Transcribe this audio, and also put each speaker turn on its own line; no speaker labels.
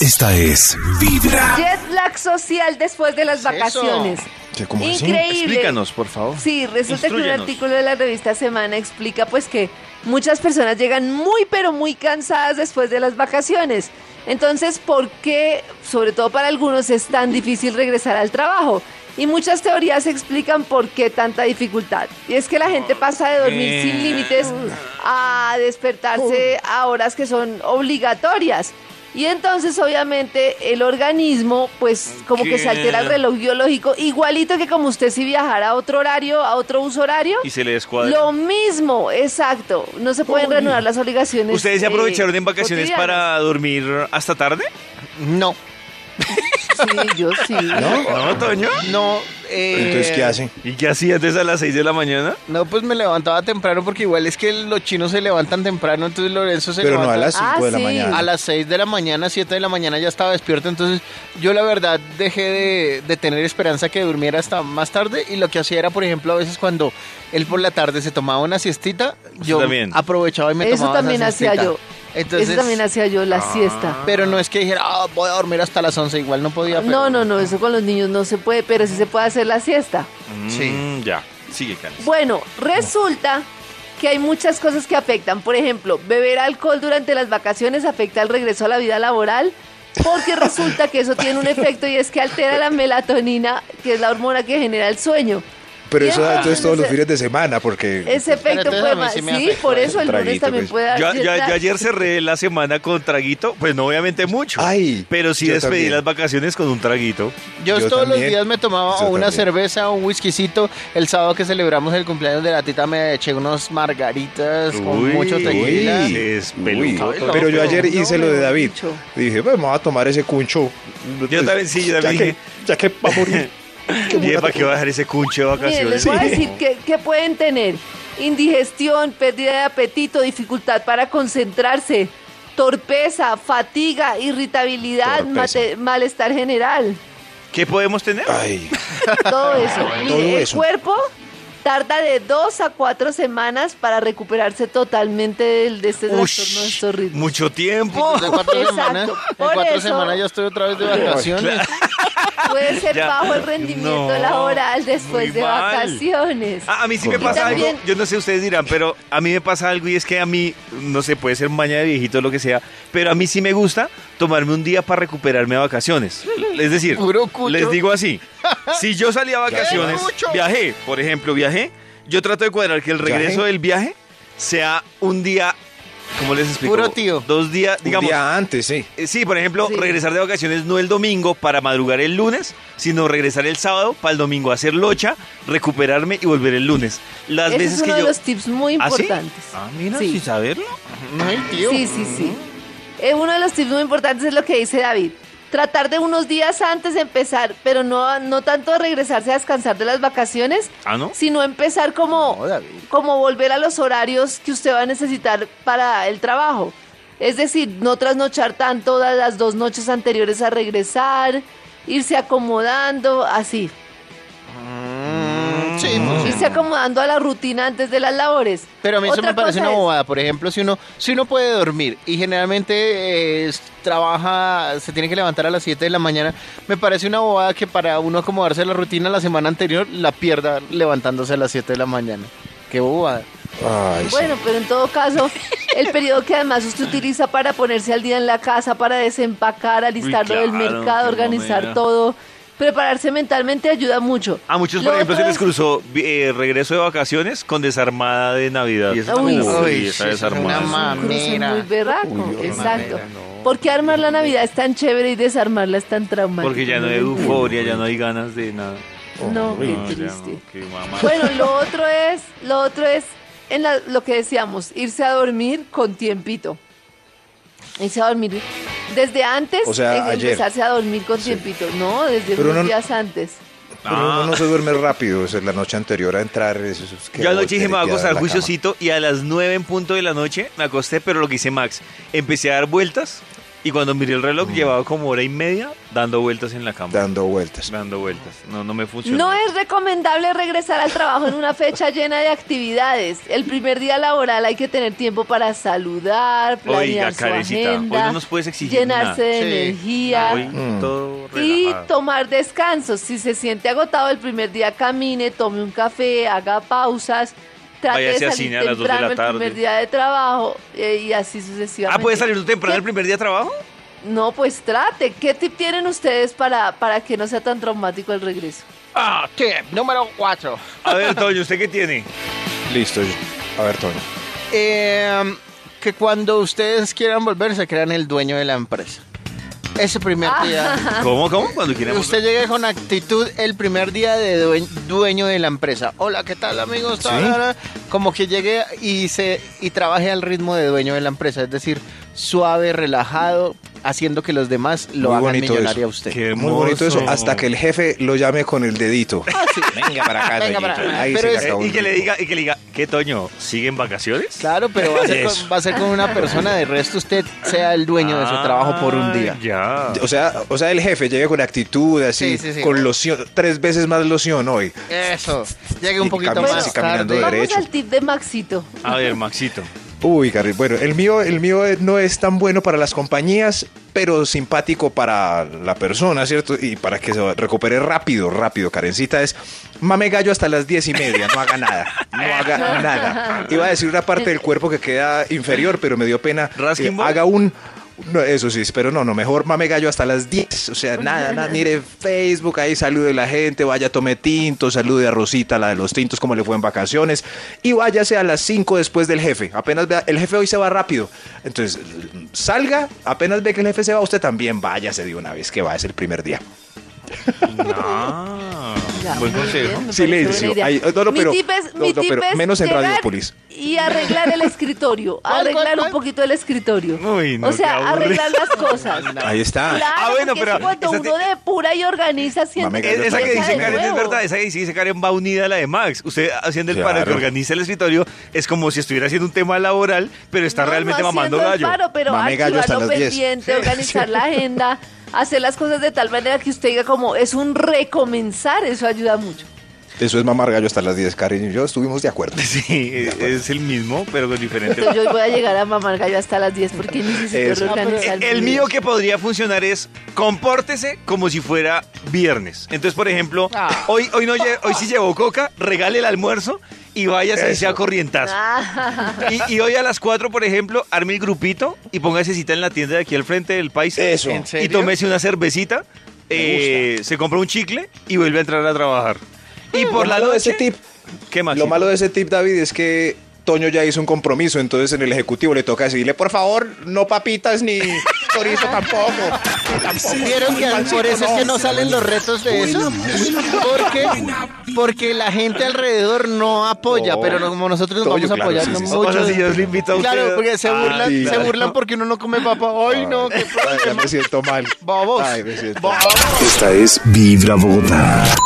Esta es Vibra.
Jet lag social después de las
¿Qué es eso?
vacaciones.
Sí, ¿cómo así?
Increíble.
Explícanos, por favor.
Sí, resulta que un
Instrúyenos.
artículo de la revista Semana explica pues que muchas personas llegan muy pero muy cansadas después de las vacaciones. Entonces, ¿por qué, sobre todo para algunos, es tan difícil regresar al trabajo? Y muchas teorías explican por qué tanta dificultad. Y es que la
Ah,
gente pasa de dormir sin límites a despertarse a horas que son obligatorias. Y entonces, obviamente, el organismo, pues, como que se altera el reloj biológico, igualito que como usted si viajara a otro horario, a otro uso horario.
Y se le descuadra.
Lo mismo, exacto. No se pueden reanudar las obligaciones.
¿Ustedes se
eh,
aprovecharon en vacaciones para dormir hasta tarde?
No.
cotidianas. Sí, yo sí.
¿No, Toño?
No. eh,
Entonces, ¿qué hacen?
¿Y qué hacía antes a las 6 de la mañana?
No, pues me levantaba temprano porque igual es que los chinos se levantan temprano, entonces Lorenzo se
Pero no
levanta
a las
Ah,
5 de la
sí.
mañana.
a las 6 de la mañana, 7 de la mañana ya estaba despierto, entonces yo la verdad dejé de, de tener esperanza que durmiera hasta más tarde y lo que hacía era, por ejemplo, a veces cuando él por la tarde se tomaba una siestita, yo
también.
aprovechaba y me
Eso
tomaba esa
también hacía
siestita.
yo.
Entonces,
Eso también hacía yo, la siesta.
Pero no es que dijera, "Ah, voy a dormir hasta las 11, igual no podía. pero-
No, no, no, eso con los niños no se puede, pero sí se puede hacer la siesta.
Sí.
Mm, ya, sigue, Canis.
Bueno, resulta que hay muchas cosas que afectan. Por ejemplo, beber alcohol durante las vacaciones afecta el regreso a la vida laboral. Porque resulta que eso tiene un efecto y es que altera la melatonina, que es la hormona que genera el sueño.
Pero eso da
Bien.
entonces todos los fines de semana, porque.
Ese efecto
entonces
puede
a mí
más.
sí
Sí,
me afecta
por
eso.
eso el lunes
Traguito,
también
pues.
puede dar.
Yo,
jet
yo- yo
lag.
ayer cerré la semana con traguito, pues no obviamente mucho.
Ay,
pero sí
yo
despedí
también.
las vacaciones con un traguito.
Yo,
Yo
todos
también.
los días me tomaba
Yo
o una
también.
cerveza o un whiskycito. El sábado que celebramos el cumpleaños de la tita me eché unos
Pues
margaritas con
Uy,
mucho tequila.
uy. Es peludo.
Uy, Pero yo ayer
No,
hice lo
mejor
de David.
dicho.
Dije, pues vamos a tomar ese cuncho. Pues,
Yo también, sí, yo también
Ya
dije.
que, ya que va a morir. Qué
¿Y
buena
para qué va a dejar ese cunche de
Miren,
vacaciones?
les voy a decir que, que pueden tener indigestión, pérdida de apetito, dificultad para concentrarse, torpeza, fatiga, irritabilidad,
Torpeza.
mate- malestar general.
¿Qué podemos tener?
Ay,
Todo eso. Mire,
Todo
el
eso.
cuerpo tarda de dos a cuatro semanas para recuperarse totalmente del, de este
Ush,
trastorno de estos ritmos.
mucho tiempo.
Entonces, en cuatro
Oh, Exacto,
semanas, en
por
cuatro
eso.
semanas ya estoy otra vez de vacaciones.
Puede ser
Ya.
bajo el rendimiento
No,
laboral
muy
después de
mal. Ah,
vacaciones.
A, a mí sí me
Correcto.
pasa
Y también-
algo, yo no sé, ustedes dirán, pero a mí me pasa algo y es que a mí, no sé, puede ser maña de viejito lo que sea, pero a mí sí me gusta tomarme un día para recuperarme a vacaciones. Es decir,
Puro cucho.
les digo así, si yo salí a vacaciones,
¡Qué cucho!
viajé, por ejemplo, viajé, yo trato de cuadrar que el regreso
¿Viaje?
del viaje sea un día, ¿cómo les explico?
Puro tío.
Dos días, digamos,
un día antes, sí.
eh, Sí, por ejemplo,
Sí.
regresar de vacaciones no el domingo para madrugar el lunes, sino regresar el sábado para el domingo hacer locha, recuperarme y volver el lunes. Las
Ese
veces
es uno
que
de
yo
los tips muy
¿Ah, sí?
importantes.
Ah, mira,
Sí.
sin saberlo.
Ay, tío.
Sí, sí, sí. Eh, uno de los tips muy importantes es lo que dice David. Tratar de unos días antes de empezar, pero no, no tanto de regresarse a descansar de las vacaciones,
Ah, ¿no?
sino empezar como,
No, David.
como volver a los horarios que usted va a necesitar para el trabajo. Es decir, no trasnochar tanto da- las dos noches anteriores a regresar, irse acomodando, así.
Mm, sí, pues,
Irse acomodando a la rutina antes de las labores.
Pero a mí eso
Otra
me parece
cosa
una
es-
bobada. Por ejemplo, si uno, si uno puede dormir y generalmente eh, s- trabaja, se tiene que levantar a las 7 de la mañana, me parece una bobada que para uno acomodarse a la rutina la semana anterior la pierda levantándose a las 7 de la mañana. Qué bobada.
Ay, sí.
Bueno, pero en todo caso, el periodo que además usted utiliza para ponerse al día en la casa, para desempacar, alistar lo del
claro, qué
mercado, organizar
mamera.
todo, prepararse mentalmente ayuda mucho.
A muchos, por
Lo
ejemplo, se
otro
les
es-
cruzó eh, regreso de vacaciones con desarmada de Navidad.
eso también Uy,
Uy,
sí,
esa
sí,
desarmada.
es una ma-
un cruce
Mamera.
muy berraco,
Uy, qué
exacto.
mamera,
¿Por qué armar la Navidad es tan chévere y desarmarla es tan traumática?
Porque ya no hay
lo entiendo.
euforia, ya no hay ganas de nada.
No, qué
No, ya no,
triste.
qué mamá.
Bueno, lo otro es, lo otro es en la- lo que decíamos, irse a dormir con tiempito. Irse a dormir desde antes,
O sea,
em-
ayer.
empezarse a dormir con tiempito, ¿no? Desde
Pero
unos
no-
días antes.
Pero uno no se duerme rápido, es la noche anterior a entrar. Eso, es que
Yo anoche dije, me voy a
voltereteada en
acostar
la
juiciosito y a las 9 en punto de la noche me acosté, pero lo que hice Max, empecé a dar vueltas Y cuando miré el
Mm.
reloj, llevaba como hora y media dando vueltas en la cama.
dando vueltas.
Dando vueltas. No, no me funcionó.
No es recomendable regresar al trabajo en una fecha llena de actividades. El primer día laboral hay que tener tiempo para saludar, planear
Oiga,
su
Karencita, hoy
agenda,
no nos puedes exigir
llenarse
nada.
de
Sí.
energía
Hoy
Mm.
todo
y
relajado.
tomar descansos. Si se siente agotado el primer día, camine, tome un café, haga pausas, trate
Váyase a
de salir
cine a las dos de la
temprano
tarde.
el primer día de trabajo eh, y así
Ah,
sucesivamente.
¿puedes salir tú temprano
¿Qué-
el primer día de trabajo?
No, pues trate. ¿Qué tip tienen ustedes para, para que no sea tan traumático el regreso?
Ah, tip número 4.
A ver, Toño, ¿usted qué tiene?
Listo. A ver, Toño.
Em, que cuando ustedes quieran volver se crean el dueño de la empresa. Ese primer día.
Ah.
¿Cómo, cómo? Cuando queremos.
Usted llega con actitud el primer día de due- dueño de la empresa. Hola, ¿qué tal amigos? Ta,
Sí.
ta, ta. Como que llegue y se y trabaje al ritmo de dueño de la empresa, es decir, suave, relajado, haciendo que los demás lo
Muy
hagan
bonito
millonario
eso.
a usted.
Qué
Muy bonito eso.
hermoso.
Hasta que el jefe lo llame con el dedito. Venga para acá,
Venga para
Toñito.
acá.
Ahí
Pero
se le
es-
acabó
Eh, y
el
que le
grupo.
diga, y que le diga, ¿qué Toño? ¿Siguen vacaciones?
Claro, pero va a, ser
Eso.
con, va a ser con una persona, de resto usted sea el dueño de su trabajo por un día.
Ah, Ya.
O sea, o sea, el jefe llega con actitud así,
Sí, sí, sí.
con loción, tres veces más loción hoy.
Eso, llegue
Y
un poquito
camisa
más
así caminando
tarde.
derecho.
Vamos al tip de Maxito.
A ver, Maxito.
Uy, Gary, bueno, el mío, el mío eh, no es tan bueno para las compañías, pero simpático para la persona, ¿cierto? Y para que se recupere rápido, rápido, Karencita, es mame gallo hasta las diez y media, no haga nada, no haga nada. Iba a decir una parte del cuerpo que queda inferior, pero me dio pena. eh,
¿Raskin ball?
haga un... no, eso sí, pero no, no, mejor mame gallo hasta las 10, o sea, nada, nada, mire Facebook, ahí salude a la gente, vaya, tome tinto, salude a Rosita, la de los tintos, como le fue en vacaciones, y váyase a las 5 después del jefe, apenas vea, el jefe hoy se va rápido, entonces salga, apenas ve que el jefe se va, usted también váyase de una vez que va, es el primer día.
Ah,
Ya,
buen
muy
consejo.
bien, me
Silencio.
parece buena idea.
Ahí, no, no,
Mi
pero-
tip es-
no,
mi
no,
tip
pero
es
menos en
llegar
Radiopolis.
Y arreglar el escritorio.
¿Cuál,
arreglar
cuál, cuál?
un poquito el escritorio.
Uy, no,
o sea,
qué aburrido.
arreglar las cosas.
Ahí está.
Claro,
Ah, bueno,
porque
pero
eso cuando
esa
uno
ti-
depura y organiza siente
Mame,
Es-
Yo
Eh, esa que
también.
dice
Sale
Karen es
nuevo.
verdad, esa que dice Karen va unida a la de Max. Usted haciendo el paro
Claro.
que organiza el escritorio es como si estuviera haciendo un tema laboral, pero está
No,
realmente
no
mamando
haciendo el
gallo.
paro, pero
Mame gallo hasta
archivarlo
las 10.
pendiente, organizar la agenda, hacer las cosas de tal manera que usted diga como es un recomenzar, eso ayuda mucho.
Eso es mamar gallo hasta las 10, Karen y yo estuvimos de acuerdo.
Sí, es el mismo, pero con diferente.
Entonces yo voy a llegar a mamar gallo hasta las 10 porque necesito
Eso.
reorganizar
El,
mi
Eh, el
vida.
mío que podría funcionar es compórtese como si fuera viernes. Entonces, por ejemplo,
Ah.
hoy, hoy, no lle- hoy sí llevó coca, regale el almuerzo y váyase y sea corrientazo.
Ah.
Y, y hoy a las 4, por ejemplo, arme el grupito y póngase cita en la tienda de aquí al frente del país.
Eso.
¿En
Y
serio?
tómese una cervecita, eh, se compra un chicle y vuelve a entrar a trabajar. Y por
Lo
la
malo de
noche...
Mm. ese tip,
¿Qué más?
Lo malo de ese tip, David, es que Toño ya hizo un compromiso, entonces en el ejecutivo le toca decirle, por favor, no papitas ni chorizo tampoco. Tampoco.
¿Vieron que por eso es que no salen los retos de eso? Porque, porque la gente alrededor no apoya,
No.
pero no- como nosotros nos
Todo,
vamos
claro,
apoyando
sí, sí, sí.
mucho.
O sea, si yo le invito a usted...
Claro, porque se
Ah,
burlan,
sí,
se
claro.
burlan porque uno no come papa. Ay, no, qué
Ay, ya me siento mal.
Bobos.
Ay, me siento
Bobos.
mal.
Esta es Vibra Bogotá.